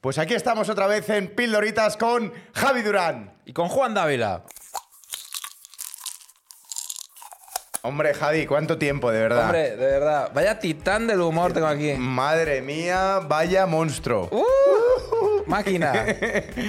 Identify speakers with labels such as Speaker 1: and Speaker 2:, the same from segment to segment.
Speaker 1: Pues aquí estamos otra vez en Pildoritas con Javi Durán.
Speaker 2: Y con Juan Dávila.
Speaker 1: Hombre, Javi, ¿cuánto tiempo, de verdad?
Speaker 2: Hombre, de verdad. Vaya titán del humor tengo aquí.
Speaker 1: Madre mía, vaya monstruo.
Speaker 2: ¡Uh! Máquina.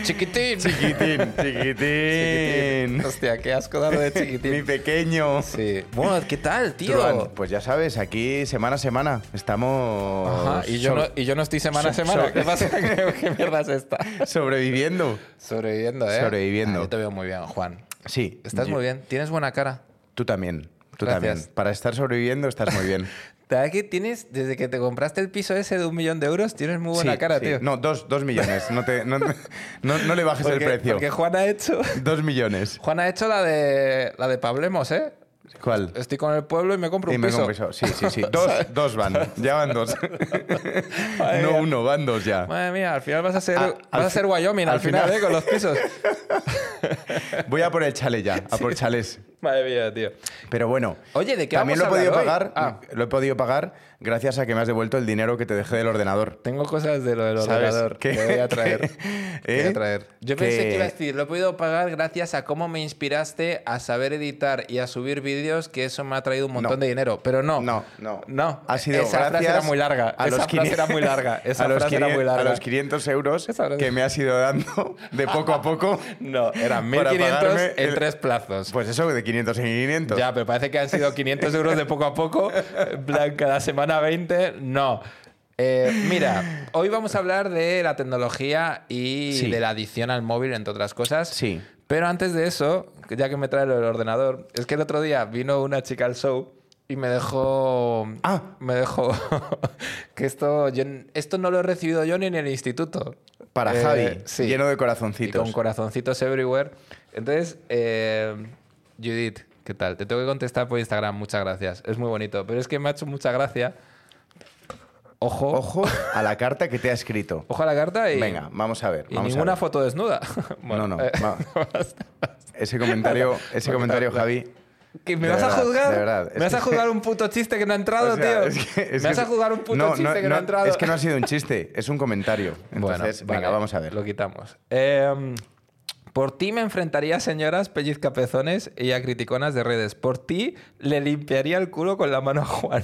Speaker 2: Chiquitín.
Speaker 1: Chiquitín, chiquitín.
Speaker 2: Chiquitín. Hostia, qué asco darlo
Speaker 1: Mi
Speaker 2: de chiquitín.
Speaker 1: pequeño.
Speaker 2: Sí. Bueno, ¿qué tal,
Speaker 1: Durán,
Speaker 2: tío?
Speaker 1: pues ya sabes, aquí semana a semana estamos
Speaker 2: Ajá, y, yo no,
Speaker 1: so-
Speaker 2: y yo no estoy semana a
Speaker 1: Oh, so-
Speaker 2: semana.
Speaker 1: so-
Speaker 2: ¿Qué pasa? ¿Qué, qué mierda es esta?
Speaker 1: sobreviviendo.
Speaker 2: Sobreviviendo, ¿eh?
Speaker 1: Sobreviviendo.
Speaker 2: Ah, yo te veo muy bien, Juan.
Speaker 1: Sí.
Speaker 2: Estás
Speaker 1: yo-
Speaker 2: muy bien. Tienes buena cara.
Speaker 1: Tú también. Tú
Speaker 2: Gracias.
Speaker 1: también. Para estar sobreviviendo estás muy bien.
Speaker 2: La verdad que tienes, desde que te compraste el piso ese de un millón de euros, tienes muy buena
Speaker 1: Sí,
Speaker 2: cara,
Speaker 1: sí.
Speaker 2: tío.
Speaker 1: No, dos, dos millones. No, te, no, no- no le bajes
Speaker 2: porque,
Speaker 1: el precio.
Speaker 2: porque Juan ha hecho...
Speaker 1: Dos millones.
Speaker 2: Juan ha hecho la de, la de Pablemos, ¿eh?
Speaker 1: ¿Cuál?
Speaker 2: Estoy con el pueblo y me compro un
Speaker 1: Y me
Speaker 2: piso.
Speaker 1: compro eso. Sí, sí, sí. Dos, dos van. Ya van dos.
Speaker 2: Madre
Speaker 1: no
Speaker 2: mía.
Speaker 1: uno, van dos ya.
Speaker 2: Madre mía, al final vas a ser,
Speaker 1: Ah, al
Speaker 2: vas a
Speaker 1: fi-
Speaker 2: ser Wyoming al,
Speaker 1: al
Speaker 2: final,
Speaker 1: final.
Speaker 2: ¿eh? Con los pisos.
Speaker 1: Voy a por el chale ya, a por chales.
Speaker 2: Madre mía, tío.
Speaker 1: Pero bueno.
Speaker 2: Oye, ¿de qué
Speaker 1: También
Speaker 2: vamos
Speaker 1: lo
Speaker 2: a
Speaker 1: he podido
Speaker 2: hablar hoy? Ah.
Speaker 1: pagar. Lo he podido pagar gracias a que me has devuelto el dinero que te dejé del ordenador.
Speaker 2: Tengo cosas de lo del
Speaker 1: ¿Sabes?
Speaker 2: ordenador
Speaker 1: ¿Qué?
Speaker 2: que voy a traer.
Speaker 1: ¿Qué?
Speaker 2: que voy
Speaker 1: ¿Eh?
Speaker 2: a traer. Yo
Speaker 1: Que-
Speaker 2: pensé que iba a decir, lo he podido pagar gracias a cómo me inspiraste a saber editar y a subir vídeos, que eso me ha traído un montón
Speaker 1: No.
Speaker 2: de dinero. Pero no.
Speaker 1: No, no.
Speaker 2: No.
Speaker 1: Ha sido
Speaker 2: Esa
Speaker 1: gracias
Speaker 2: frase era muy larga.
Speaker 1: A
Speaker 2: Esa
Speaker 1: los
Speaker 2: frase
Speaker 1: 500
Speaker 2: era muy larga. Esa
Speaker 1: a los
Speaker 2: frase era muy
Speaker 1: 500
Speaker 2: larga.
Speaker 1: A los 500 euros
Speaker 2: Esa frase-
Speaker 1: que me has ido dando de poco a poco.
Speaker 2: No, eran
Speaker 1: para
Speaker 2: 1500
Speaker 1: pagarme
Speaker 2: en
Speaker 1: el-
Speaker 2: tres plazos.
Speaker 1: Pues eso, de 500 en 500.
Speaker 2: Ya, pero parece que han sido 500 euros de poco a poco. En plan, cada semana 20. No. Eh, mira, hoy vamos a hablar de la tecnología y
Speaker 1: Sí.
Speaker 2: de la adicción al móvil, entre otras cosas.
Speaker 1: Sí.
Speaker 2: Pero antes de eso, que ya que me trae el ordenador, es que el otro día vino una chica al show y me dejó.
Speaker 1: Ah.
Speaker 2: Me dejó. que esto, yo- esto no lo he recibido yo ni en el instituto.
Speaker 1: Para
Speaker 2: Eh,
Speaker 1: Javi,
Speaker 2: sí.
Speaker 1: lleno de
Speaker 2: Y
Speaker 1: corazoncitos.
Speaker 2: con corazoncitos everywhere. Entonces, eh, Judith, ¿qué tal? Te tengo que contestar por Instagram, muchas gracias. Es muy bonito, pero es que me ha hecho mucha gracia. Ojo, ojo,
Speaker 1: Ojo a la carta que te ha escrito.
Speaker 2: a la carta y,
Speaker 1: Venga, vamos a ver.
Speaker 2: y
Speaker 1: vamos a
Speaker 2: ninguna
Speaker 1: ver.
Speaker 2: foto desnuda.
Speaker 1: No, no,
Speaker 2: eh,
Speaker 1: va. Ese comentario, ese comentario Javi.
Speaker 2: ¿Que ¿Me
Speaker 1: De
Speaker 2: vas
Speaker 1: verdad,
Speaker 2: a juzgar?
Speaker 1: de verdad, es
Speaker 2: ¿Me vas a
Speaker 1: que-
Speaker 2: juzgar un puto chiste que no ha entrado,
Speaker 1: O sea,
Speaker 2: tío?
Speaker 1: es que- es
Speaker 2: ¿Me vas
Speaker 1: que-
Speaker 2: a juzgar un puto chiste que no, ha entrado?
Speaker 1: Es que no ha sido un chiste, es un comentario. Entonces,
Speaker 2: Bueno,
Speaker 1: venga,
Speaker 2: vale,
Speaker 1: vamos a ver.
Speaker 2: Lo quitamos. Eh, por ti me enfrentaría a señoras pellizcapezones y a criticonas de redes. Por ti le limpiaría el culo con la mano a Juan.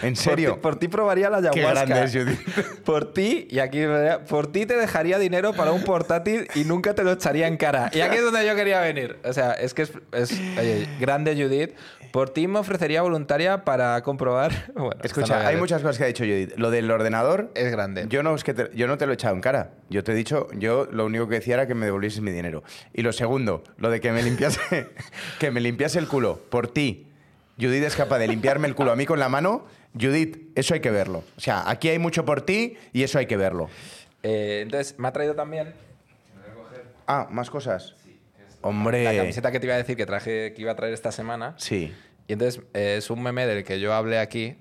Speaker 1: En
Speaker 2: Por ti-
Speaker 1: serio.
Speaker 2: Por ti probaría la
Speaker 1: Qué
Speaker 2: ayahuasca.
Speaker 1: grande es Judith.
Speaker 2: Por ti, y aquí por ti te dejaría dinero para un portátil y nunca te lo echaría en cara. Y aquí es donde yo quería venir. O sea, es que es, es- oye, grande Judith. Por ti me ofrecería voluntaria para comprobar. Bueno, esta no voy
Speaker 1: Escucha,
Speaker 2: a
Speaker 1: hay
Speaker 2: leer.
Speaker 1: muchas cosas que ha dicho Judith. Lo del ordenador,
Speaker 2: Es grande.
Speaker 1: yo no, es que te, yo no te lo he echado en cara. Yo te he dicho, yo lo único que decía era que me devolvieses mi dinero. Y lo segundo, lo de que me limpiase, que me limpiase el culo por ti. Judith es capaz de limpiarme el culo a mí con la mano. Judith, eso hay que verlo. O sea, aquí hay mucho por ti y eso hay que verlo.
Speaker 2: Eh, entonces, me ha traído también
Speaker 1: Ah, más cosas.
Speaker 2: la
Speaker 1: Hombre.
Speaker 2: camiseta que te iba a decir que traje, que iba a traer esta semana.
Speaker 1: Sí.
Speaker 2: Y entonces eh, es un meme del que yo hablé aquí.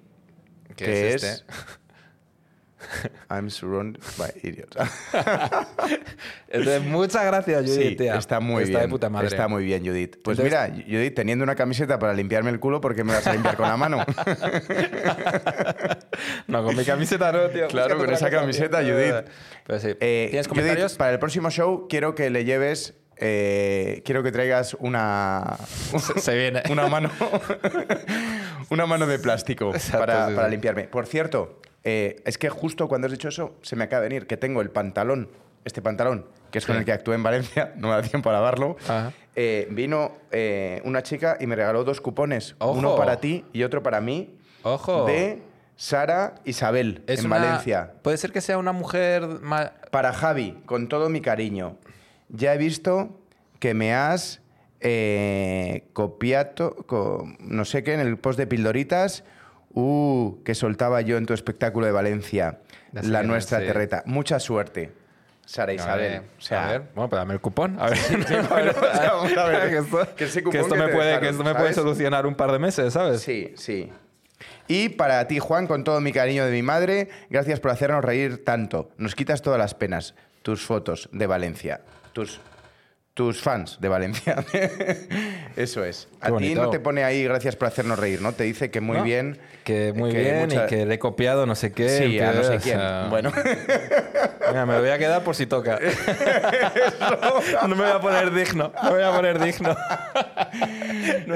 Speaker 2: Que
Speaker 1: ¿Qué es?
Speaker 2: es, este.
Speaker 1: I'm surrounded by idiots.
Speaker 2: Entonces, muchas gracias, Judith.
Speaker 1: sí,
Speaker 2: tía.
Speaker 1: está muy
Speaker 2: Está
Speaker 1: bien.
Speaker 2: de puta madre.
Speaker 1: Está muy bien, Judith. Pues
Speaker 2: Entonces-
Speaker 1: mira, Judith, teniendo una camiseta para limpiarme el culo, ¿por qué me vas a limpiar con la mano?
Speaker 2: No, con mi camiseta no, tío.
Speaker 1: Claro,
Speaker 2: Búscate
Speaker 1: con
Speaker 2: otra
Speaker 1: esa
Speaker 2: cosa,
Speaker 1: camiseta,
Speaker 2: tío.
Speaker 1: Judith.
Speaker 2: Pero Pues sí.
Speaker 1: Eh, Judith,
Speaker 2: ¿Tienes comentarios?
Speaker 1: para el próximo show quiero que le lleves... eh, quiero que traigas una...
Speaker 2: Se, se viene.
Speaker 1: Una mano... una mano de plástico
Speaker 2: Exacto,
Speaker 1: para,
Speaker 2: sí,
Speaker 1: para
Speaker 2: sí.
Speaker 1: limpiarme. Por cierto, eh, es que justo cuando has dicho eso, se me acaba de venir que tengo el pantalón, este pantalón, que es con
Speaker 2: Sí.
Speaker 1: el que actué en Valencia, no me da tiempo a lavarlo.
Speaker 2: Ajá.
Speaker 1: Eh, vino eh, una chica y me regaló dos cupones,
Speaker 2: Ojo.
Speaker 1: uno para ti y otro para mí,
Speaker 2: Ojo.
Speaker 1: de Sara Isabel
Speaker 2: Es
Speaker 1: en
Speaker 2: una-
Speaker 1: Valencia.
Speaker 2: Puede ser que sea una mujer más.
Speaker 1: Para Javi, con todo mi cariño, ya he visto que me has eh, copiado, co- no sé qué, en el post de Pildoritas, uh, que soltaba yo en tu espectáculo de Valencia,
Speaker 2: Ya sé
Speaker 1: la
Speaker 2: quién es,
Speaker 1: nuestra
Speaker 2: sí. eh,
Speaker 1: terreta. Mucha suerte, Sara Isabel. O sea,
Speaker 2: a ver, bueno, pues dame el cupón. A ver, A ver,
Speaker 1: o sea, vamos a ver.
Speaker 2: que esto,
Speaker 1: Que ese
Speaker 2: que
Speaker 1: cupón
Speaker 2: esto
Speaker 1: que
Speaker 2: me
Speaker 1: te
Speaker 2: puede, que
Speaker 1: dejaron,
Speaker 2: esto me puede
Speaker 1: ¿sabes?
Speaker 2: solucionar un par de meses, ¿sabes?
Speaker 1: Sí, sí. Y para ti, Juan, con todo mi cariño de mi madre, gracias por hacernos reír tanto. Nos quitas todas las penas. Tus fotos de Valencia. Tus, tus fans de Valencia. Eso es. a ti
Speaker 2: bonito.
Speaker 1: no te pone ahí gracias por hacernos reír, ¿no? Te dice que muy
Speaker 2: ¿No?
Speaker 1: bien.
Speaker 2: Que muy bien
Speaker 1: mucha-
Speaker 2: y que le he copiado no sé qué.
Speaker 1: Sí,
Speaker 2: y
Speaker 1: a
Speaker 2: que,
Speaker 1: no sé
Speaker 2: o
Speaker 1: quién.
Speaker 2: sea,
Speaker 1: Bueno,
Speaker 2: Venga, me voy a quedar por si toca. no me voy a poner digno. No me voy a poner digno. No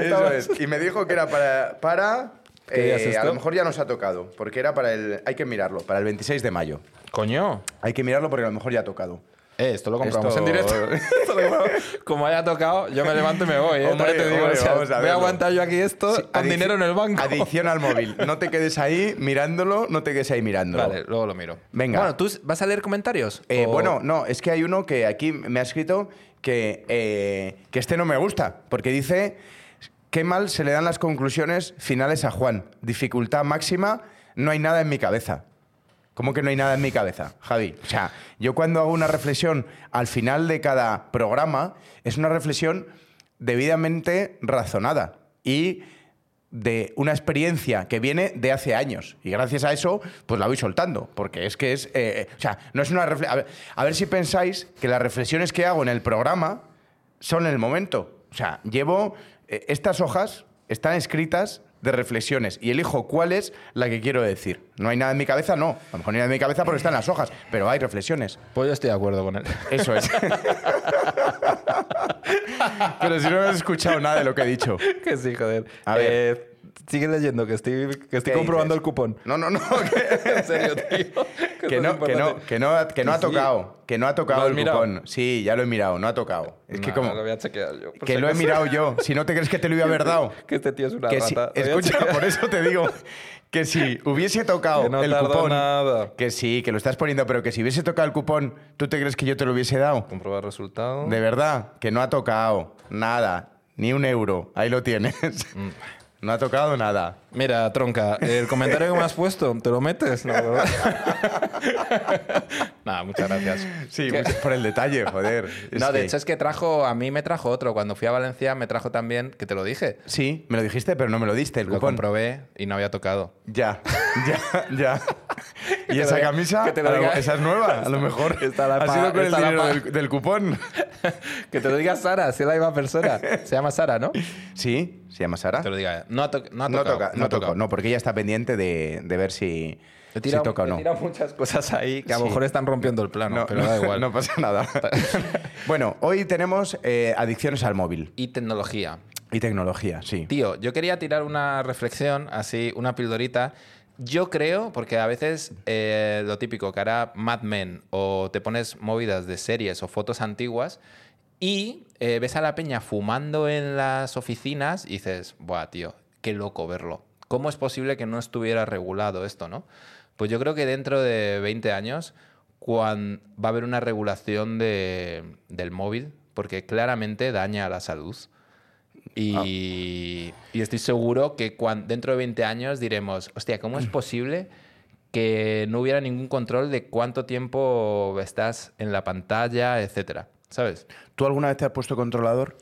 Speaker 1: Eso
Speaker 2: estamos-
Speaker 1: es. Y me dijo que era para. para
Speaker 2: ¿Qué día es
Speaker 1: eh, a
Speaker 2: esto?
Speaker 1: lo mejor ya nos ha tocado, porque era para el. Hay que mirarlo, para el 26 de mayo.
Speaker 2: Coño.
Speaker 1: Hay que mirarlo porque a lo mejor ya ha tocado.
Speaker 2: Eh, esto lo compramos
Speaker 1: Esto-
Speaker 2: en directo. Esto lo compramos. Como haya tocado, yo me levanto y me voy. ¿eh?
Speaker 1: Hombre,
Speaker 2: También te digo,
Speaker 1: hombre,
Speaker 2: o sea,
Speaker 1: vamos a
Speaker 2: voy a
Speaker 1: verlo.
Speaker 2: aguantar yo aquí esto
Speaker 1: Sí,
Speaker 2: con
Speaker 1: adic-
Speaker 2: dinero en el banco.
Speaker 1: Adicción al móvil. No te quedes ahí mirándolo, no te quedes ahí mirándolo.
Speaker 2: Vale, luego lo miro.
Speaker 1: Venga.
Speaker 2: Bueno, ¿tú vas a leer comentarios?
Speaker 1: Eh,
Speaker 2: O-
Speaker 1: Bueno, no, es que hay uno que aquí me ha escrito que, eh, que este no me gusta, porque dice, qué mal se le dan las conclusiones finales a Juan. Dificultad máxima, no hay nada en mi cabeza. ¿Cómo que no hay nada en mi cabeza, Javi? O sea, yo cuando hago una reflexión al final de cada programa, es una reflexión debidamente razonada y de una experiencia que viene de hace años. Y gracias a eso, pues la voy soltando, porque es que es... eh, eh, o sea, no es una reflexión... A ver, a ver si pensáis que las reflexiones que hago en el programa son en el momento. O sea, llevo... eh, estas hojas están escritas de reflexiones y elijo cuál es la que quiero decir. No hay nada en mi cabeza, no. A lo mejor no hay nada en mi cabeza porque están las hojas, pero hay reflexiones.
Speaker 2: Pues yo estoy de acuerdo con él.
Speaker 1: Eso es. pero si no has escuchado nada de lo que he dicho.
Speaker 2: que sí, joder.
Speaker 1: A ver.
Speaker 2: Eh, sigue leyendo, que estoy, que estoy
Speaker 1: ¿Qué
Speaker 2: comprobando
Speaker 1: dices?
Speaker 2: el cupón.
Speaker 1: No, no, no. que-
Speaker 2: en serio, tío. esto
Speaker 1: que
Speaker 2: es
Speaker 1: no, que no,
Speaker 2: importante.
Speaker 1: que no, ha- que no
Speaker 2: Que
Speaker 1: ha
Speaker 2: sí.
Speaker 1: tocado. Que no ha
Speaker 2: ¿Lo has
Speaker 1: tocado el
Speaker 2: mirado?
Speaker 1: cupón. Sí, ya lo he mirado, no ha tocado. Es que
Speaker 2: Nah,
Speaker 1: como.
Speaker 2: Lo voy a chequear yo. por
Speaker 1: Que
Speaker 2: si
Speaker 1: lo he
Speaker 2: acaso.
Speaker 1: mirado yo. Si no te crees que te lo iba a haber dado.
Speaker 2: Que este tío es una
Speaker 1: Que si-
Speaker 2: rata. Lo voy a
Speaker 1: escucha,
Speaker 2: chequear.
Speaker 1: por eso te digo que si hubiese tocado
Speaker 2: Que no
Speaker 1: el
Speaker 2: tardó
Speaker 1: cupón,
Speaker 2: nada.
Speaker 1: que sí, que lo estás poniendo, pero que si hubiese tocado el cupón, ¿tú te crees que yo te lo hubiese dado?
Speaker 2: Comprobar resultado.
Speaker 1: De verdad, que no ha tocado nada, ni un euro. Ahí lo tienes.
Speaker 2: Mm.
Speaker 1: No ha tocado nada.
Speaker 2: Mira, tronca, el comentario que me has puesto, ¿te lo metes? No, ¿verdad? Nada, muchas gracias.
Speaker 1: Sí,
Speaker 2: ¿Qué?
Speaker 1: mucho- por el detalle, joder. Es
Speaker 2: No, de
Speaker 1: que-
Speaker 2: hecho es que trajo, a mí me trajo otro. Cuando fui a Valencia me trajo también, que te lo dije,
Speaker 1: Sí, me lo dijiste, pero no me lo diste el
Speaker 2: lo
Speaker 1: cupón.
Speaker 2: comprobé y no había tocado.
Speaker 1: Ya, ya, ya. ¿Y
Speaker 2: te
Speaker 1: esa
Speaker 2: lo diga-
Speaker 1: camisa?
Speaker 2: que te lo
Speaker 1: A lo-
Speaker 2: diga-
Speaker 1: Esa es nueva, a lo mejor.
Speaker 2: está la
Speaker 1: ha
Speaker 2: pa-
Speaker 1: sido con el
Speaker 2: está la
Speaker 1: dinero
Speaker 2: pa-
Speaker 1: del, del cupón.
Speaker 2: Que te lo diga Sara, si es la misma persona. Se llama Sara, ¿no?
Speaker 1: Sí, se llama Sara.
Speaker 2: Te lo diga. ella. No ha, to- no ha
Speaker 1: No
Speaker 2: tocado.
Speaker 1: toca,
Speaker 2: ha
Speaker 1: no toca.
Speaker 2: tocado.
Speaker 1: No, porque ella está pendiente de, de ver si,
Speaker 2: He
Speaker 1: si
Speaker 2: tirado,
Speaker 1: toca o
Speaker 2: he
Speaker 1: no.
Speaker 2: tirado muchas cosas ahí que a lo
Speaker 1: Sí.
Speaker 2: mejor están rompiendo el plano,
Speaker 1: No,
Speaker 2: pero da igual.
Speaker 1: no pasa nada. bueno, hoy tenemos eh, adicciones al móvil
Speaker 2: Y tecnología.
Speaker 1: y tecnología, sí.
Speaker 2: Tío, yo quería tirar una reflexión, así, una pildorita. Yo creo, porque a veces eh, lo típico, que hará Mad Men o te pones movidas de series o fotos antiguas y eh, ves a la peña fumando en las oficinas y dices, buah, tío, qué loco verlo. ¿Cómo es posible que no estuviera regulado esto, no? Pues yo creo que dentro de 20 años cuan- va a haber una regulación de- del móvil porque claramente daña a la salud.
Speaker 1: Ah.
Speaker 2: Y, y estoy seguro que cuan- dentro de 20 años diremos, hostia, ¿cómo es posible que no hubiera ningún control de cuánto tiempo estás en la pantalla, etcétera? ¿Sabes?
Speaker 1: ¿Tú alguna vez te has puesto controlador?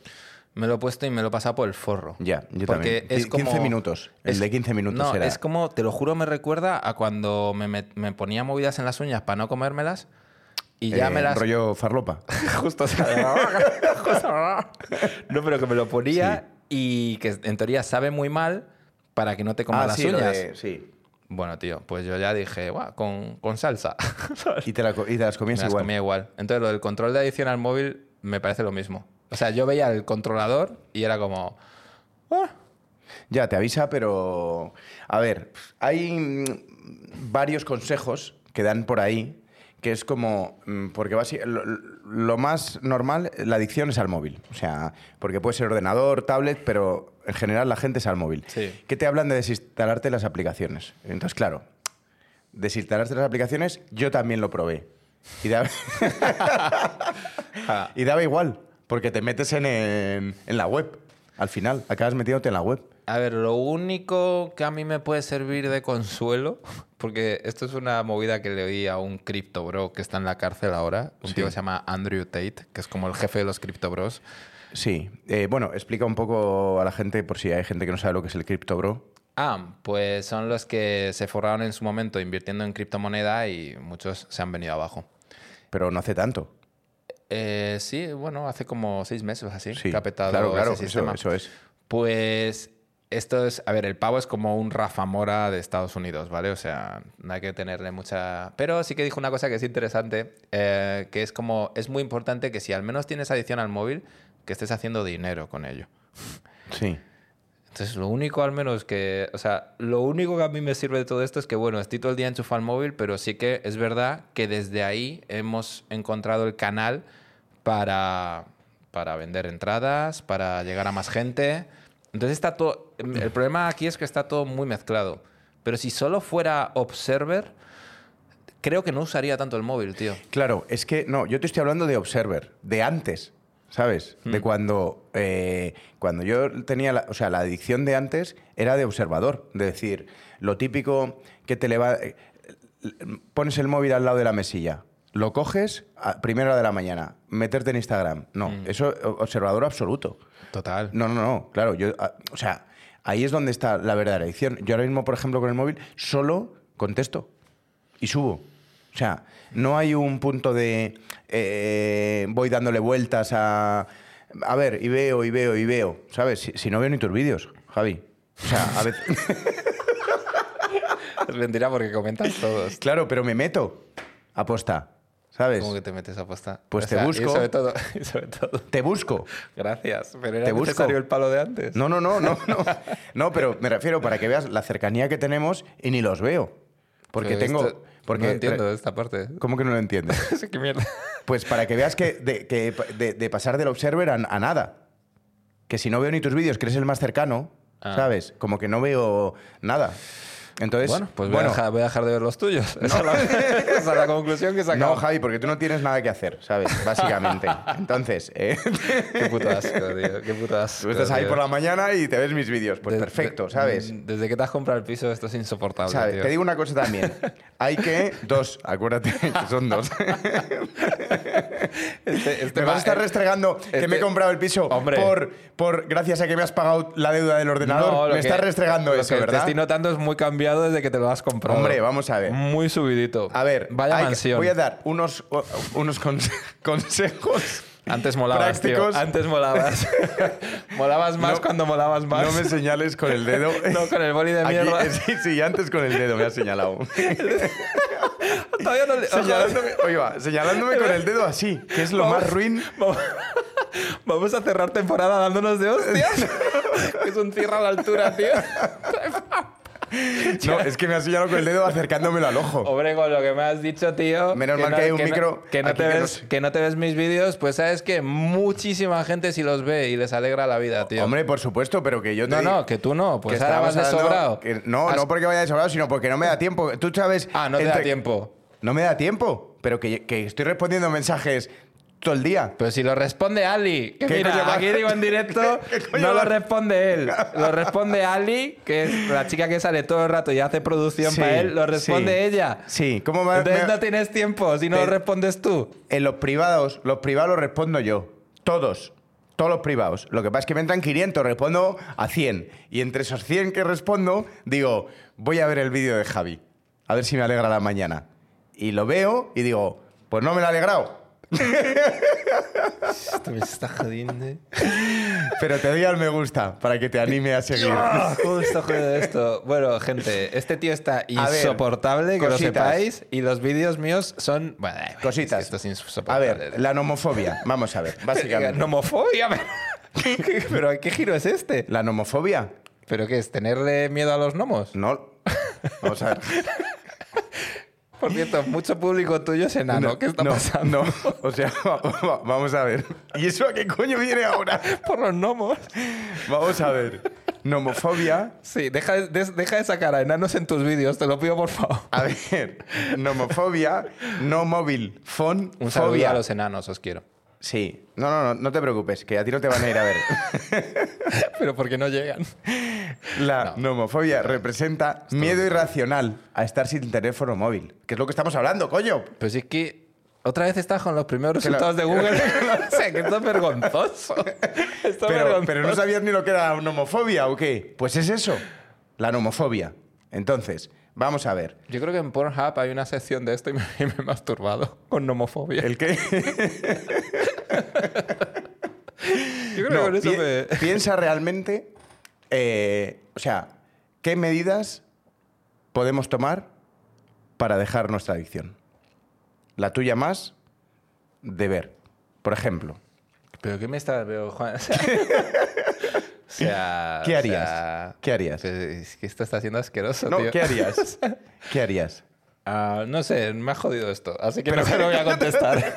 Speaker 2: Me lo he puesto y me lo he pasado por el forro.
Speaker 1: Ya, yo
Speaker 2: Porque
Speaker 1: también.
Speaker 2: es
Speaker 1: Qui- 15
Speaker 2: como-
Speaker 1: minutos. El de 15 minutos
Speaker 2: no,
Speaker 1: era.
Speaker 2: Es como, te lo juro, me recuerda a cuando me, met- me ponía movidas en las uñas para no comérmelas y ya
Speaker 1: eh,
Speaker 2: me las Ah,
Speaker 1: Rollo farlopa. Ah,
Speaker 2: justo, o sea, justo, no, pero que me lo ponía y que en teoría sabe muy mal para que no te comas las
Speaker 1: lo
Speaker 2: uñas.
Speaker 1: de- Ah, sí.
Speaker 2: Bueno, tío, pues yo ya dije, "Buah, con, con salsa.
Speaker 1: Y te, la co- y te las
Speaker 2: me
Speaker 1: comías
Speaker 2: las
Speaker 1: igual.
Speaker 2: comía igual. Entonces, lo del control de adicción al móvil me parece lo mismo. O sea, yo veía el controlador y era como. "Ah".
Speaker 1: Ya, te avisa, pero... A ver, hay mm, varios consejos que dan por ahí, que es como... mm, Porque basi- lo, lo más normal, la adicción es al móvil. O sea, porque puede ser ordenador, tablet, pero en general la gente es al móvil.
Speaker 2: Sí.
Speaker 1: Que te hablan de desinstalarte las aplicaciones. Entonces, claro, desinstalarte las aplicaciones, yo también lo probé. Y da-
Speaker 2: Ja.
Speaker 1: y daba igual, porque te metes en, en- en la web. Al final, acabas metiéndote en la web.
Speaker 2: A ver, lo único que a mí me puede servir de consuelo, porque esto es una movida que le oí a un cripto bro que está en la cárcel ahora, un tío que se llama Andrew Tate, que es como el jefe de los cripto bros.
Speaker 1: Sí, eh, bueno, explica un poco a la gente, por si hay gente que no sabe lo que es el cripto, bro.
Speaker 2: Ah, pues son los que se forraron en su momento invirtiendo en criptomoneda y muchos se han venido abajo.
Speaker 1: Pero no hace tanto.
Speaker 2: Eh, sí, bueno, hace como seis meses o así
Speaker 1: Sí,
Speaker 2: que ha petado
Speaker 1: claro, claro,
Speaker 2: ese
Speaker 1: eso,
Speaker 2: sistema.
Speaker 1: eso es.
Speaker 2: Pues esto es, a ver, el pavo es como un Rafa Mora de Estados Unidos, ¿vale? O sea, no hay que tenerle mucha... Pero sí que dijo una cosa que es interesante, eh, que es como, es muy importante que si al menos tienes adicción al móvil, que estés haciendo dinero con ello.
Speaker 1: Sí.
Speaker 2: Entonces, lo único al menos que, o sea, lo único que a mí me sirve de todo esto es que, bueno, estoy todo el día enchufado al móvil, pero sí que es verdad que desde ahí hemos encontrado el canal para, para vender entradas, para llegar a más gente. Entonces está todo, el problema aquí es que está todo muy mezclado. Pero si solo fuera Observer, creo que no usaría tanto el móvil, tío.
Speaker 1: Claro, es que no, yo te estoy hablando de Observer, de antes, ¿sabes? De cuando, eh, cuando yo tenía, la, o sea, la adicción de antes era de observador, de decir, lo típico que te le va, eh, pones el móvil al lado de la mesilla. Lo coges a primera hora de la mañana, meterte en Instagram. No, eso o- observador absoluto.
Speaker 2: Total.
Speaker 1: No, no, no, claro. Yo, a- o sea, ahí es donde está la verdadera adicción. Yo ahora mismo, por ejemplo, con el móvil, solo contesto y subo. O sea, no hay un punto de eh, voy dándole vueltas a. A ver, y veo, y veo, y veo. ¿Sabes? Si, si no veo ni tus vídeos, Javi. O sea, a veces.
Speaker 2: Es mentira porque comentas todos.
Speaker 1: claro, pero me meto. Aposta. ¿Sabes?
Speaker 2: ¿Cómo que te metes a posta?
Speaker 1: Pues te busco.
Speaker 2: Y sobre todo, y sobre todo
Speaker 1: Te busco.
Speaker 2: Gracias, pero era
Speaker 1: Te busco.
Speaker 2: necesario el palo de antes.
Speaker 1: No, no, no, no, no. No, pero me refiero para que veas la cercanía que tenemos y ni los veo. Porque
Speaker 2: Pero
Speaker 1: tengo.
Speaker 2: esto-
Speaker 1: porque,
Speaker 2: no entiendo esta parte.
Speaker 1: ¿Cómo que no lo entiendes?
Speaker 2: Qué mierda.
Speaker 1: Pues para que veas que de, que pa- de- de pasar del observer a, a nada. Que si no veo ni tus vídeos, que eres el más cercano,
Speaker 2: Ah.
Speaker 1: ¿sabes? Como que no veo nada. Entonces,
Speaker 2: bueno, pues voy,
Speaker 1: bueno,
Speaker 2: a dejar, voy a dejar de ver los tuyos. Esa, es la, esa es la conclusión que
Speaker 1: no,
Speaker 2: sacamos.
Speaker 1: Javi, porque tú no tienes nada que hacer, ¿sabes? Básicamente. Entonces, eh,
Speaker 2: qué puto asco, tío. Qué puto asco.
Speaker 1: tú estás ahí
Speaker 2: tío.
Speaker 1: por la mañana y te ves mis vídeos. Pues
Speaker 2: De-
Speaker 1: perfecto,
Speaker 2: de-
Speaker 1: ¿sabes?
Speaker 2: Desde que te has comprado el piso esto es insoportable,
Speaker 1: ¿Sabes?
Speaker 2: tío.
Speaker 1: Te digo una cosa también. Hay que... Dos, acuérdate que son dos.
Speaker 2: Este- este
Speaker 1: Te vas
Speaker 2: ma-
Speaker 1: a estar restregando que me he
Speaker 2: este-
Speaker 1: comprado el piso
Speaker 2: Hombre.
Speaker 1: por, por gracias a que me has pagado la deuda del ordenador.
Speaker 2: No, lo
Speaker 1: me estás
Speaker 2: que-
Speaker 1: restregando
Speaker 2: lo
Speaker 1: eso,
Speaker 2: que Te
Speaker 1: ¿verdad?
Speaker 2: estoy notando es muy cambiado desde que te lo has comprado.
Speaker 1: Hombre, vamos a ver.
Speaker 2: Muy subidito.
Speaker 1: A ver,
Speaker 2: Vaya
Speaker 1: hay que-
Speaker 2: mansión.
Speaker 1: voy a dar unos, o- unos conse- consejos.
Speaker 2: Antes molabas,
Speaker 1: Prácticos.
Speaker 2: tío. Antes molabas. molabas más
Speaker 1: No-
Speaker 2: cuando molabas más.
Speaker 1: No me señales con el dedo.
Speaker 2: No, con el boli de
Speaker 1: Aquí-
Speaker 2: mierda.
Speaker 1: eh, sí, sí, antes con el dedo me has señalado.
Speaker 2: Todavía no le-
Speaker 1: señalándome, oye, va, señalándome con el dedo así, que es lo
Speaker 2: Vamos.
Speaker 1: más ruin.
Speaker 2: Vamos- Vamos a cerrar temporada dándonos de hostias. es un cierre a la altura, tío.
Speaker 1: No, es que me has señalado con el dedo acercándomelo al ojo.
Speaker 2: Hombre, con lo que me has dicho, tío.
Speaker 1: Menos mal que hay un
Speaker 2: no-
Speaker 1: micro
Speaker 2: que, no
Speaker 1: aquí
Speaker 2: te
Speaker 1: que
Speaker 2: ves,
Speaker 1: nos-
Speaker 2: que no te ves mis vídeos, pues sabes que muchísima gente sí los ve y les alegra la vida, tío.
Speaker 1: Hombre, por supuesto, pero que yo te
Speaker 2: no,
Speaker 1: digo-
Speaker 2: no, que tú no. Pues ahora vas
Speaker 1: estábamos
Speaker 2: de
Speaker 1: hablando
Speaker 2: sobrado.
Speaker 1: que- no,
Speaker 2: Has-
Speaker 1: no porque vaya de sobrado, sino porque no me da tiempo. Tú sabes.
Speaker 2: Ah, no te da
Speaker 1: entre-
Speaker 2: tiempo.
Speaker 1: No me da tiempo, pero que, que estoy respondiendo mensajes todo el día.
Speaker 2: Pero si lo responde Ali, que
Speaker 1: ¿Qué coño
Speaker 2: mira,
Speaker 1: va?
Speaker 2: aquí digo en directo,
Speaker 1: ¿Qué- qué coño
Speaker 2: no lo
Speaker 1: va?
Speaker 2: responde él, lo responde Ali, que es la chica que sale todo el rato y hace producción
Speaker 1: Sí,
Speaker 2: para él, lo responde
Speaker 1: sí.
Speaker 2: ella.
Speaker 1: Sí, ¿cómo va?
Speaker 2: Entonces
Speaker 1: me-
Speaker 2: no tienes tiempo si no
Speaker 1: Te-
Speaker 2: lo respondes tú.
Speaker 1: En los privados, los privados los respondo yo. Todos. Todos los privados. Lo que pasa es que me entran 500, respondo a 100. Y entre esos 100 que respondo, digo, voy a ver el vídeo de Javi. A ver si me alegra la mañana. Y lo veo y digo, pues no me lo ha alegrado.
Speaker 2: Esto me está
Speaker 1: eh.
Speaker 2: jodiendo.
Speaker 1: Pero te doy al me gusta para que te anime a seguir.
Speaker 2: ¿Cómo Ah, está jodido esto? Bueno, gente, este tío está
Speaker 1: A ver,
Speaker 2: insoportable, que
Speaker 1: cositas.
Speaker 2: lo sepáis, y los vídeos míos son... Bueno, da igual,
Speaker 1: Cositas.
Speaker 2: es que Esto es
Speaker 1: A
Speaker 2: insoportable.
Speaker 1: ver, la nomofobia. Vamos a ver, básicamente.
Speaker 2: Nomofobia. pero- ¿Pero qué giro es este?
Speaker 1: ¿La nomofobia?
Speaker 2: ¿Pero qué es? ¿Tenerle miedo a los gnomos?
Speaker 1: No. Vamos a ver.
Speaker 2: Por cierto, mucho público tuyo es enano. ¿Qué está
Speaker 1: no,
Speaker 2: pasando?
Speaker 1: No, o sea, va- va- vamos a ver. ¿Y eso a qué coño viene ahora?
Speaker 2: Por los gnomos.
Speaker 1: Vamos a ver. Nomofobia.
Speaker 2: Sí, deja de, deja de sacar a enanos en tus vídeos, te lo pido por favor.
Speaker 1: A ver. Nomofobia. No móvil. Fon.
Speaker 2: Un saludo
Speaker 1: fobia.
Speaker 2: a los enanos, os quiero.
Speaker 1: Sí. No, no, no, no te preocupes, que a ti no te van a ir a ver.
Speaker 2: Pero porque no llegan.
Speaker 1: La
Speaker 2: No.
Speaker 1: nomofobia representa miedo irracional a estar sin teléfono móvil. Que es lo que estamos hablando, coño.
Speaker 2: Pues es que otra vez estás con los primeros
Speaker 1: Que la-
Speaker 2: resultados de Google. o sea, que esto es vergonzoso. Esto es
Speaker 1: Pero,
Speaker 2: vergonzoso.
Speaker 1: pero no sabías ni lo que era nomofobia o qué. Pues es eso, la nomofobia. Entonces, vamos a ver.
Speaker 2: Yo creo que en Pornhub hay una sección de esto y me, y me he masturbado con nomofobia.
Speaker 1: El que
Speaker 2: Yo creo que
Speaker 1: No,
Speaker 2: con eso
Speaker 1: pi-
Speaker 2: me...
Speaker 1: piensa realmente eh, o sea, ¿qué medidas podemos tomar para dejar nuestra adicción? La tuya más, deber. Por ejemplo,
Speaker 2: ¿Pero qué me estás veo, Juan? O sea, o sea,
Speaker 1: ¿Qué
Speaker 2: o
Speaker 1: harías?
Speaker 2: sea,
Speaker 1: ¿Qué harías?
Speaker 2: pero Es que esto está siendo asqueroso,
Speaker 1: no,
Speaker 2: tío.
Speaker 1: ¿qué harías? ¿Qué harías?
Speaker 2: Ah, no sé, me ha jodido esto, así que
Speaker 1: Pero-
Speaker 2: no se lo voy a contestar.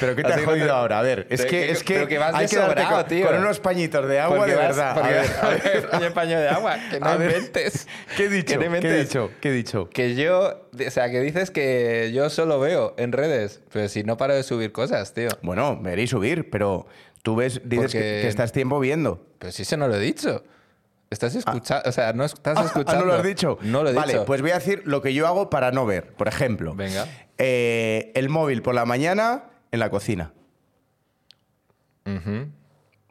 Speaker 1: ¿Pero qué te
Speaker 2: Así
Speaker 1: ha
Speaker 2: que
Speaker 1: jodido
Speaker 2: te-
Speaker 1: ahora? A ver, es
Speaker 2: te-
Speaker 1: que,
Speaker 2: que-
Speaker 1: es que,
Speaker 2: pero que vas
Speaker 1: hay que darte
Speaker 2: desobrado,
Speaker 1: con,
Speaker 2: tío.
Speaker 1: con unos pañitos de agua
Speaker 2: Porque
Speaker 1: de
Speaker 2: vas-
Speaker 1: verdad.
Speaker 2: porque-
Speaker 1: a ver, a ver.
Speaker 2: Oye, paño de agua, que no
Speaker 1: A ver.
Speaker 2: inventes.
Speaker 1: ¿Qué he dicho?
Speaker 2: Que no
Speaker 1: ¿Qué he
Speaker 2: inventes.
Speaker 1: dicho? ¿Qué he dicho?
Speaker 2: Que yo, o sea, que dices que yo solo veo en redes, pero si no paro de subir cosas, tío.
Speaker 1: Bueno, me haréis subir, pero tú ves, dices que,
Speaker 2: Porque-
Speaker 1: que estás tiempo viendo.
Speaker 2: Pero si eso no lo he dicho. Estás escuchando, o sea, no estás escuchando.
Speaker 1: Ah, ¿No lo has dicho?
Speaker 2: No lo he
Speaker 1: Vale,
Speaker 2: dicho.
Speaker 1: pues voy a decir lo que yo hago para no ver. Por ejemplo,
Speaker 2: Venga.
Speaker 1: eh, el móvil por la mañana en la cocina,
Speaker 2: Ujú.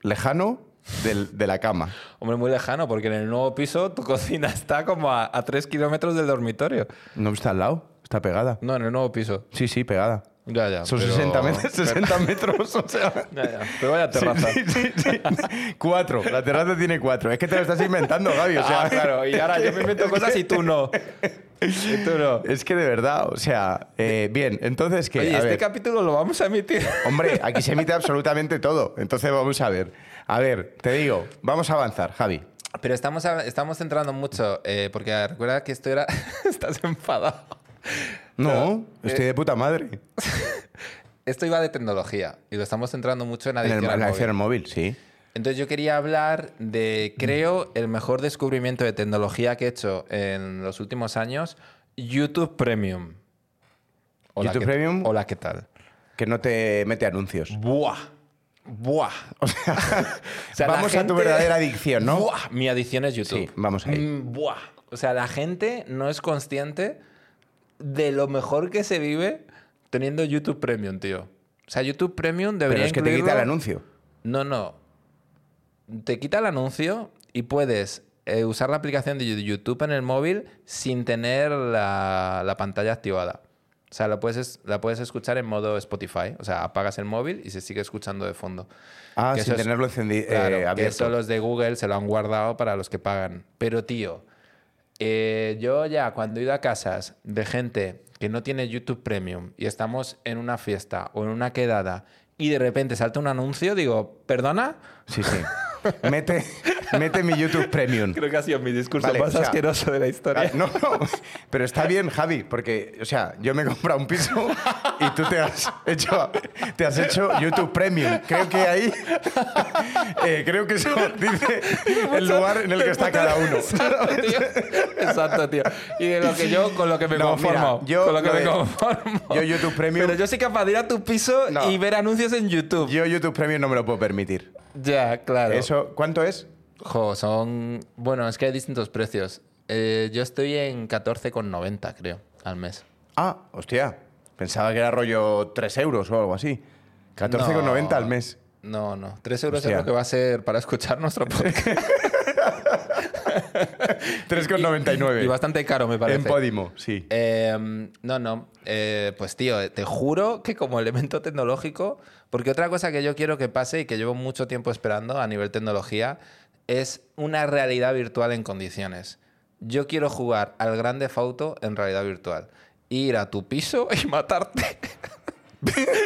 Speaker 1: lejano del- de la cama.
Speaker 2: Hombre, muy lejano, porque en el nuevo piso tu cocina está como a, a 3 kilómetros del dormitorio.
Speaker 1: No está al lado, está pegada.
Speaker 2: No, en el nuevo piso.
Speaker 1: Sí, sí, pegada.
Speaker 2: Ya, ya.
Speaker 1: Son
Speaker 2: Ah, pero-
Speaker 1: 60 metros, 60 metros, o sea...
Speaker 2: Ya, ya. Pero vaya
Speaker 1: Sí,
Speaker 2: terraza.
Speaker 1: sí, sí, sí. cuatro, la terraza tiene cuatro. Es que te lo estás inventando, Gaby. O sea,
Speaker 2: Ah, claro. Y ahora yo me invento cosas y tú no. Y tú no.
Speaker 1: Es que de verdad, o sea, eh, bien, entonces que.
Speaker 2: Oye,
Speaker 1: a
Speaker 2: este
Speaker 1: ver,
Speaker 2: capítulo lo vamos a emitir.
Speaker 1: hombre, aquí se emite absolutamente todo. Entonces vamos a ver. A ver, te digo, vamos a avanzar, Javi.
Speaker 2: Pero estamos, habla- estamos centrando mucho, eh, porque recuerda que esto era... Estás enfadado. eh,
Speaker 1: No, estoy de puta madre.
Speaker 2: Esto iba de tecnología y lo estamos centrando mucho en
Speaker 1: En el,
Speaker 2: adicción al
Speaker 1: la
Speaker 2: móvil.
Speaker 1: acción móvil, sí.
Speaker 2: Entonces yo quería hablar de,
Speaker 1: Mm.
Speaker 2: creo, el mejor descubrimiento de tecnología que he hecho en los últimos años, YouTube Premium.
Speaker 1: ¿YouTube
Speaker 2: ¿qué-
Speaker 1: Premium?
Speaker 2: Hola, ¿qué tal?
Speaker 1: Que no te mete anuncios.
Speaker 2: Buah. Buah. O sea, la
Speaker 1: vamos a tu
Speaker 2: gente-
Speaker 1: verdadera adicción, ¿no?
Speaker 2: Buah, mi adicción es YouTube.
Speaker 1: Sí, vamos ahí.
Speaker 2: Mm, buah. O sea, la gente no es consciente de lo mejor que se vive teniendo YouTube Premium, tío. O sea, YouTube Premium
Speaker 1: Pero
Speaker 2: debería
Speaker 1: es que te quita
Speaker 2: incluirlo-
Speaker 1: el anuncio.
Speaker 2: No, no. Te quita el anuncio y puedes eh, usar la aplicación de Yu- YouTube en el móvil sin tener la, la pantalla activada. O sea, la puedes, es- la puedes escuchar en modo Spotify. O sea, apagas el móvil y se sigue escuchando de fondo.
Speaker 1: Ah,
Speaker 2: Que
Speaker 1: sin
Speaker 2: eso es-
Speaker 1: tenerlo encendido,
Speaker 2: Claro, que
Speaker 1: abierto.
Speaker 2: eso los de Google se lo han guardado para los que pagan. Pero, tío, eh, yo ya cuando he ido a casas de gente que no tiene YouTube Premium y estamos en una fiesta o en una quedada y de repente salta un anuncio, digo, ¿perdona?
Speaker 1: Sí, sí. Mete, mete mi YouTube Premium.
Speaker 2: Creo que ha sido mi discurso
Speaker 1: Vale,
Speaker 2: más
Speaker 1: o sea,
Speaker 2: asqueroso de la historia.
Speaker 1: Ah, No, no, pero está bien, Javi, porque, o sea, yo me he comprado un piso y tú te has hecho, te has hecho YouTube Premium. Creo que ahí, eh, creo que eso dice el lugar en el que está cada uno.
Speaker 2: Exacto, tío. Exacto, tío. Y de lo que yo, con lo que me
Speaker 1: No,
Speaker 2: conformo.
Speaker 1: mira, yo
Speaker 2: con lo que
Speaker 1: lo
Speaker 2: me
Speaker 1: de-
Speaker 2: conformo.
Speaker 1: yo YouTube Premium-
Speaker 2: Pero yo soy capaz de ir a tu piso
Speaker 1: No.
Speaker 2: y ver anuncios en YouTube.
Speaker 1: Yo YouTube Premium no me lo puedo permitir.
Speaker 2: Ya, claro.
Speaker 1: Eso, ¿cuánto es?
Speaker 2: Jo, son. Bueno, es que hay distintos precios. Eh, yo estoy en 14,90, creo, al mes.
Speaker 1: Ah, hostia, pensaba que era rollo 3 euros o algo así. 14,90
Speaker 2: No.
Speaker 1: al mes.
Speaker 2: No, no. 3 euros
Speaker 1: Hostia.
Speaker 2: es lo que va a ser para escuchar nuestro podcast.
Speaker 1: 3,99.
Speaker 2: y bastante caro, me
Speaker 1: En
Speaker 2: parece.
Speaker 1: Podimo, sí.
Speaker 2: Eh, no, no. Eh, pues tío, te juro que como elemento tecnológico, porque otra cosa que yo quiero que pase y que llevo mucho tiempo esperando a nivel tecnología es una realidad virtual en condiciones. Yo quiero jugar al Grande Fauto en realidad virtual. Ir a tu piso y matarte.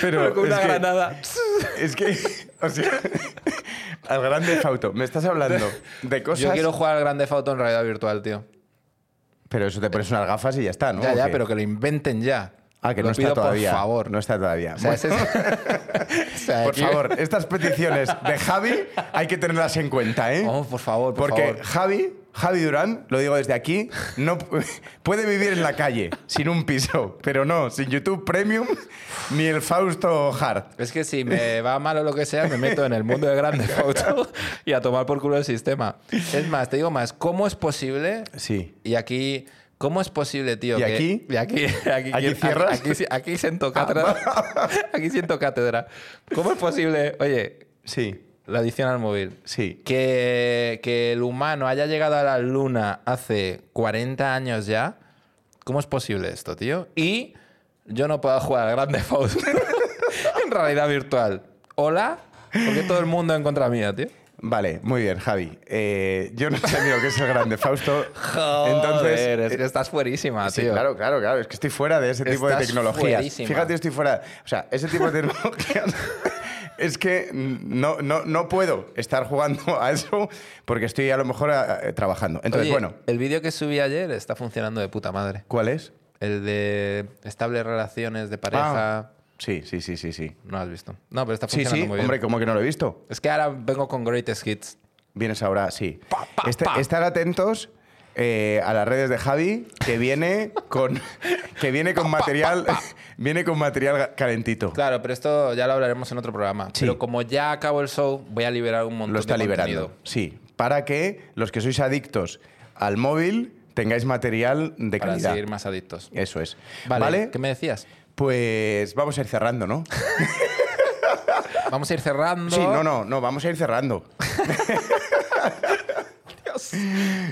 Speaker 2: Pero con
Speaker 1: es
Speaker 2: una
Speaker 1: que-
Speaker 2: granada.
Speaker 1: Es que, o sea, al grande Fauto, me estás hablando de cosas.
Speaker 2: Yo quiero jugar al Grande Fauto en realidad virtual, tío.
Speaker 1: Pero eso te pones unas gafas y ya está, ¿no?
Speaker 2: ya,
Speaker 1: ¿O
Speaker 2: ya,
Speaker 1: qué?
Speaker 2: pero que lo inventen ya.
Speaker 1: Ah, que
Speaker 2: Lo
Speaker 1: no está
Speaker 2: pido,
Speaker 1: todavía.
Speaker 2: Por favor.
Speaker 1: No está todavía.
Speaker 2: O sea,
Speaker 1: Bueno,
Speaker 2: ese es- o sea,
Speaker 1: por
Speaker 2: aquí-
Speaker 1: favor, estas peticiones de Javi hay que tenerlas en cuenta, ¿eh?
Speaker 2: Oh, por favor, por
Speaker 1: Porque
Speaker 2: favor.
Speaker 1: Javi, Javi Durán, lo digo desde aquí, no pu- puede vivir en la calle sin un piso, pero no, sin YouTube Premium ni el Fausto Hard.
Speaker 2: Es que si me va mal o lo que sea, me meto en el mundo de grande foto y a tomar por culo el sistema. Es más, te digo más, ¿cómo es posible?
Speaker 1: Sí.
Speaker 2: Y aquí, ¿cómo es posible, tío?
Speaker 1: ¿Y
Speaker 2: que-
Speaker 1: aquí?
Speaker 2: Y aquí, aquí,
Speaker 1: ¿Aquí cierras? Ah,
Speaker 2: Aquí, aquí siento cátedra. aquí siento cátedra. ¿Cómo es posible? Oye,
Speaker 1: Sí,
Speaker 2: la adición al móvil.
Speaker 1: sí.
Speaker 2: Que, que el humano haya llegado a la luna hace 40 años ya. ¿Cómo es posible esto, tío? Y yo no puedo jugar al Grande Theft Auto en realidad virtual. Hola, Porque todo el mundo en contra mía, tío.
Speaker 1: Vale, muy bien, Javi. Eh, yo no sé ni lo que es el grande Fausto. Entonces,
Speaker 2: Joder, es que estás fuerísima,
Speaker 1: Sí,
Speaker 2: tío.
Speaker 1: claro, claro, claro. Es que estoy fuera de ese tipo de
Speaker 2: Estás
Speaker 1: tecnologías.
Speaker 2: fuerísima.
Speaker 1: Fíjate, estoy fuera. O sea, ese tipo de tecnologías. es que no, no, no puedo estar jugando a eso porque estoy a lo mejor eh, trabajando. Entonces,
Speaker 2: Oye,
Speaker 1: bueno,
Speaker 2: El vídeo que subí ayer está funcionando de puta madre.
Speaker 1: ¿cuál es?
Speaker 2: El de estables relaciones de pareja.
Speaker 1: Ah, sí, sí, sí, sí, sí.
Speaker 2: No lo has visto. No, pero está
Speaker 1: Sí,
Speaker 2: funcionando
Speaker 1: sí,
Speaker 2: muy bien.
Speaker 1: hombre, ¿cómo que no lo he visto?
Speaker 2: Es que ahora vengo con greatest hits.
Speaker 1: Vienes ahora, sí.
Speaker 2: Pa, pa,
Speaker 1: Este-
Speaker 2: pa.
Speaker 1: Estar atentos eh, a las redes de Javi, que viene con, que viene con material, viene con material calentito.
Speaker 2: Claro, pero esto ya lo hablaremos en otro programa.
Speaker 1: Sí.
Speaker 2: Pero como ya acabo el show, voy a liberar un montón
Speaker 1: lo está
Speaker 2: de
Speaker 1: liberando.
Speaker 2: contenido.
Speaker 1: Sí, para que los que sois adictos al móvil tengáis material de
Speaker 2: Para
Speaker 1: calidad.
Speaker 2: seguir más adictos.
Speaker 1: Eso es. Vale,
Speaker 2: Vale, ¿qué me decías?
Speaker 1: pues vamos a ir cerrando, ¿no?
Speaker 2: Vamos a ir cerrando.
Speaker 1: Sí, no, no, no, vamos a ir cerrando.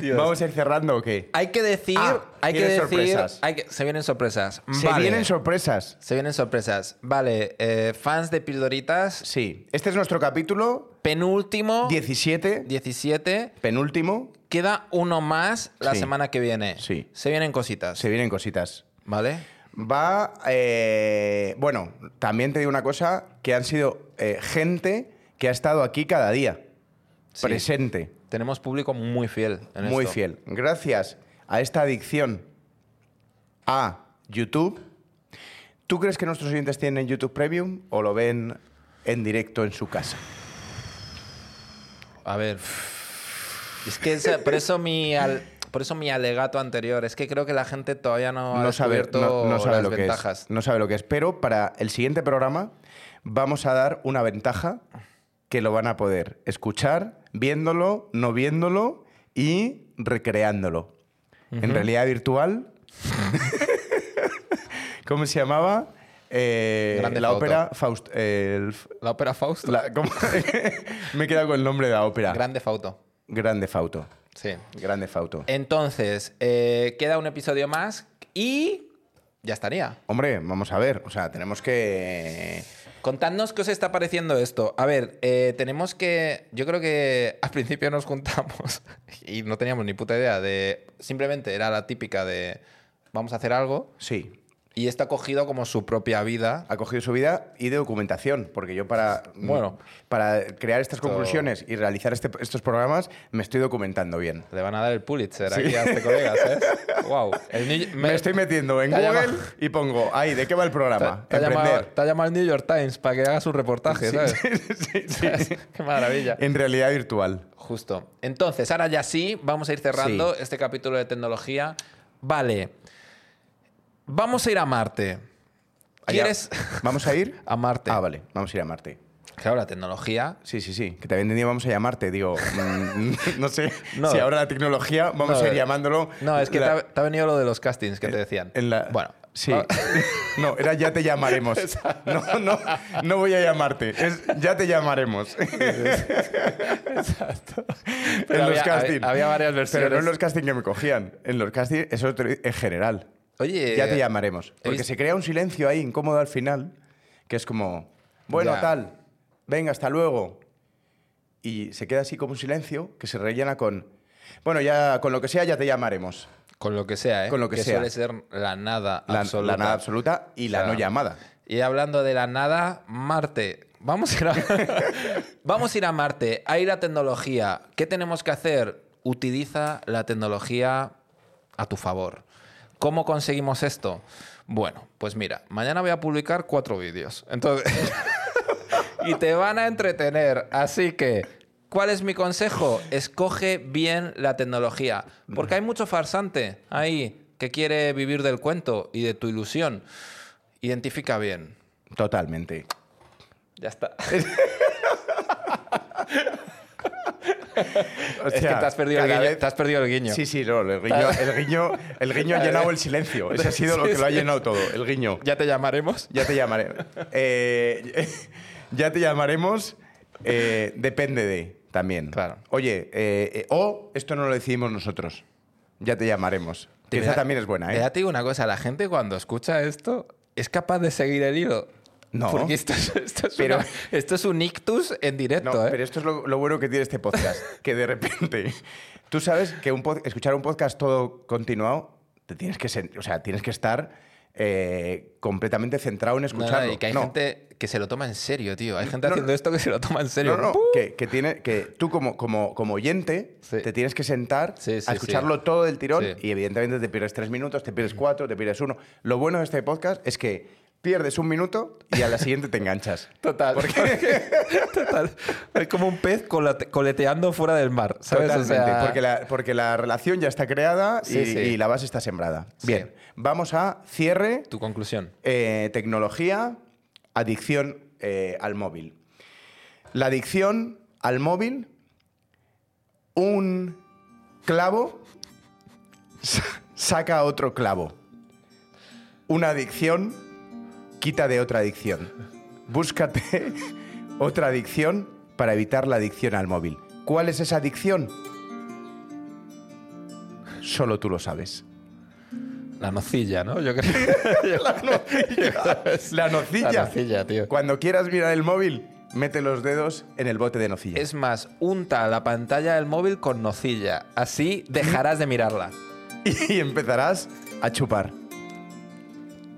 Speaker 2: Dios.
Speaker 1: ¿Vamos a ir cerrando o qué?
Speaker 2: Hay que decir,
Speaker 1: Ah,
Speaker 2: hay que
Speaker 1: vienen
Speaker 2: decir,
Speaker 1: sorpresas.
Speaker 2: hay que- se vienen sorpresas.
Speaker 1: Se
Speaker 2: Vale.
Speaker 1: vienen sorpresas.
Speaker 2: Se vienen sorpresas. Vale, eh, fans de Pildoritas,
Speaker 1: Sí, este es nuestro capítulo
Speaker 2: penúltimo,
Speaker 1: 17,
Speaker 2: 17.
Speaker 1: penúltimo.
Speaker 2: Queda uno más la
Speaker 1: Sí.
Speaker 2: semana que viene.
Speaker 1: Sí.
Speaker 2: Se vienen cositas.
Speaker 1: Se vienen cositas.
Speaker 2: ¿Vale?
Speaker 1: Va, eh, bueno, también te digo una cosa, que han sido eh, gente que ha estado aquí cada día,
Speaker 2: Sí.
Speaker 1: presente.
Speaker 2: Tenemos público muy fiel en
Speaker 1: Muy
Speaker 2: esto.
Speaker 1: fiel. Gracias a esta adicción a YouTube. ¿Tú crees que nuestros oyentes tienen YouTube Premium o lo ven en directo en su casa?
Speaker 2: A ver. Es que esa- por eso mi al- por eso mi alegato anterior. Es que creo que la gente todavía no ha
Speaker 1: No sabe,
Speaker 2: descubierto
Speaker 1: no, no sabe
Speaker 2: las
Speaker 1: lo que
Speaker 2: ventajas.
Speaker 1: es. No sabe lo que es. Pero para el siguiente programa vamos a dar una ventaja que lo van a poder escuchar viéndolo, no viéndolo y recreándolo. En realidad virtual. ¿Cómo se llamaba? Eh,
Speaker 2: Grande
Speaker 1: la
Speaker 2: Fauto.
Speaker 1: ópera Faust. eh, el f-
Speaker 2: La ópera Fausto.
Speaker 1: la- ¿cómo? Me he quedado con el nombre de la ópera.
Speaker 2: Grande Fauto.
Speaker 1: Grande Fauto.
Speaker 2: Sí.
Speaker 1: Grande Fauto.
Speaker 2: Entonces, eh, queda un episodio más y ya estaría.
Speaker 1: Hombre, vamos a ver. O sea, tenemos que.
Speaker 2: Contadnos qué os está pareciendo esto. A ver, eh, tenemos que. Yo creo que al principio nos juntamos y no teníamos ni puta idea de. Simplemente era la típica de. Vamos a hacer algo.
Speaker 1: Sí,
Speaker 2: Y esto ha cogido como su propia vida.
Speaker 1: ha cogido su vida y de documentación, porque yo para, mm,
Speaker 2: Bueno.
Speaker 1: para crear estas
Speaker 2: Esto-
Speaker 1: conclusiones y realizar este- estos programas me estoy documentando bien.
Speaker 2: Le van a dar el Pulitzer aquí a este colega, ¿sabes? ¡Wow! El New-
Speaker 1: Me, estoy metiendo en
Speaker 2: te ha
Speaker 1: Google
Speaker 2: llamado-
Speaker 1: y pongo, ay, ¿de qué va el
Speaker 2: te,
Speaker 1: programa?
Speaker 2: te ha llamado,
Speaker 1: Emprender.
Speaker 2: te ha llamado el New York Times para que hagas un reportaje, ¿sabes?
Speaker 1: Sí, sí. Eh.
Speaker 2: ¡Qué maravilla!
Speaker 1: En realidad virtual.
Speaker 2: Justo. Entonces, ahora ya sí, vamos a ir cerrando
Speaker 1: Sí.
Speaker 2: este capítulo de tecnología. Vale. Vamos a ir a Marte.
Speaker 1: Allá-
Speaker 2: ¿Quieres
Speaker 1: ¿Vamos a ir?
Speaker 2: a Marte?
Speaker 1: Ah, vale, vamos a ir a Marte.
Speaker 2: Claro, la tecnología.
Speaker 1: Sí, sí, sí, que te había entendido, vamos a llamarte. Digo, mm, no sé
Speaker 2: No.
Speaker 1: si ahora la tecnología, vamos
Speaker 2: No, eh,
Speaker 1: a ir llamándolo.
Speaker 2: No, es que
Speaker 1: la- Eh,
Speaker 2: te, ha, te ha venido lo de los castings que te decían.
Speaker 1: En la-
Speaker 2: Bueno,
Speaker 1: Sí.
Speaker 2: va-
Speaker 1: No, era ya te llamaremos. No, no, no voy a llamarte. Es ya te llamaremos.
Speaker 2: Pero
Speaker 1: en los
Speaker 2: había-
Speaker 1: casting.
Speaker 2: había- había varias versiones.
Speaker 1: Pero no en los casting que me cogían. En los casting, eso es otro- en general.
Speaker 2: Oye.
Speaker 1: ya te llamaremos.
Speaker 2: Eh, he
Speaker 1: Porque
Speaker 2: visto-
Speaker 1: se crea un silencio ahí incómodo al final, que es como, bueno,
Speaker 2: Ya.
Speaker 1: tal, venga, hasta luego. Y se queda así como un silencio que se rellena con, bueno, ya con lo que sea ya te llamaremos.
Speaker 2: Con lo que sea, ¿eh?
Speaker 1: Con lo que sea.
Speaker 2: suele ser la nada
Speaker 1: La,
Speaker 2: absoluta.
Speaker 1: la nada absoluta y la
Speaker 2: O sea,
Speaker 1: no llamada.
Speaker 2: Y hablando de la nada, Marte. Vamos a ir a, Vamos a, ir a Marte, a ir a tecnología. ¿Qué tenemos que hacer? Utiliza la tecnología a tu favor. ¿Cómo conseguimos esto? Bueno, pues mira, mañana voy a publicar cuatro vídeos. Entonces. y te van a entretener. Así que, ¿cuál es mi consejo? Escoge bien la tecnología. Porque hay mucho farsante ahí que quiere vivir del cuento y de tu ilusión. Identifica bien.
Speaker 1: Totalmente.
Speaker 2: Ya está.
Speaker 1: O
Speaker 2: es que
Speaker 1: sea,
Speaker 2: te has perdido, el
Speaker 1: cada
Speaker 2: guiño,
Speaker 1: vez-
Speaker 2: te has perdido el guiño.
Speaker 1: Sí, sí, no, el guiño, el guiño, el guiño ha
Speaker 2: Cada
Speaker 1: llenado
Speaker 2: vez-
Speaker 1: el silencio. Ese ha sido lo que lo ha
Speaker 2: Sí, sí.
Speaker 1: llenado todo, el guiño.
Speaker 2: Ya te llamaremos.
Speaker 1: Ya te llamaré. Eh, ya te llamaremos. eh, depende de también.
Speaker 2: Claro.
Speaker 1: Oye, eh, eh, o esto no lo decidimos nosotros. Ya te llamaremos.
Speaker 2: De
Speaker 1: Quizá
Speaker 2: verdad-
Speaker 1: también es buena,
Speaker 2: de
Speaker 1: ¿eh?
Speaker 2: verdad te digo una cosa, la gente cuando escucha esto es capaz de seguir el hilo.
Speaker 1: No.
Speaker 2: Porque esto es, esto es
Speaker 1: Pero-
Speaker 2: una- esto es un ictus en
Speaker 1: No,
Speaker 2: directo, ¿eh?
Speaker 1: pero esto es lo, lo bueno que tiene este podcast, que de repente tú sabes que un pod- escuchar un podcast todo continuado, te tienes que, sen- o sea, tienes que estar eh, completamente centrado en
Speaker 3: No, no,
Speaker 1: escucharlo.
Speaker 3: y que hay
Speaker 1: No,
Speaker 3: gente que se lo toma en serio, tío. Hay gente
Speaker 2: Gente haciendo esto que se lo toma en serio.
Speaker 1: no, no,
Speaker 2: ¡Pum!
Speaker 1: que, que tiene, que tú como, como, como oyente
Speaker 3: Sí.
Speaker 1: te tienes que sentar
Speaker 3: Sí, sí,
Speaker 1: a escucharlo todo del tirón
Speaker 3: Sí.
Speaker 1: y evidentemente te pierdes tres minutos, te pierdes cuatro, te pierdes uno. Lo bueno de este podcast es que pierdes un minuto y a la siguiente te enganchas.
Speaker 2: Total. Total. Es como un pez colate- coleteando fuera del mar, ¿sabes? O
Speaker 1: Totalmente,
Speaker 2: sea,
Speaker 1: porque, la, porque la relación ya está creada y,
Speaker 3: Sí, sí.
Speaker 1: y la base está sembrada.
Speaker 3: Sí.
Speaker 1: Bien, vamos a cierre,
Speaker 2: Tu conclusión.
Speaker 1: eh, tecnología, adicción eh, al móvil. La adicción al móvil, un clavo sa- saca otro clavo. Una adicción quita de otra adicción. Búscate otra adicción para evitar la adicción al móvil. ¿Cuál es esa adicción? Solo tú lo sabes.
Speaker 2: La nocilla, ¿no? Yo creo. la
Speaker 1: La nocilla.
Speaker 3: La nocilla, tío.
Speaker 1: Cuando quieras mirar el móvil, mete los dedos en el bote de nocilla.
Speaker 2: Es más, unta la pantalla del móvil con nocilla. Así dejarás de mirarla.
Speaker 1: Y empezarás a chupar.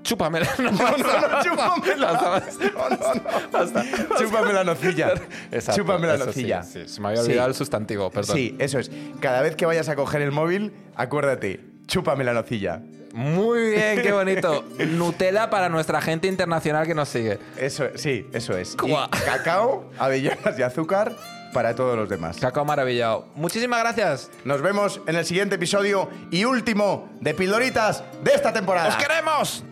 Speaker 2: Chúpamela. Ah, No,
Speaker 1: No, no, no, chúpame la,
Speaker 2: Basta,
Speaker 1: no, no, no. Chúpame la nocilla.
Speaker 2: Exacto,
Speaker 1: chúpame la
Speaker 2: eso sí,
Speaker 1: nocilla.
Speaker 2: sí. Se me había olvidado
Speaker 1: Sí.
Speaker 2: el sustantivo, perdón.
Speaker 1: Sí, eso es. Cada vez que vayas a coger el móvil, acuérdate, chúpame la nocilla.
Speaker 2: Muy bien, qué bonito. Nutella para nuestra gente internacional que nos sigue.
Speaker 1: Eso, sí, eso es. Y
Speaker 2: Guau.
Speaker 1: cacao, avellanas y azúcar para todos los demás.
Speaker 2: Cacao maravillado. Muchísimas gracias.
Speaker 1: Nos vemos en el siguiente episodio y último de Pildoritas de esta temporada.
Speaker 2: ¡Os queremos!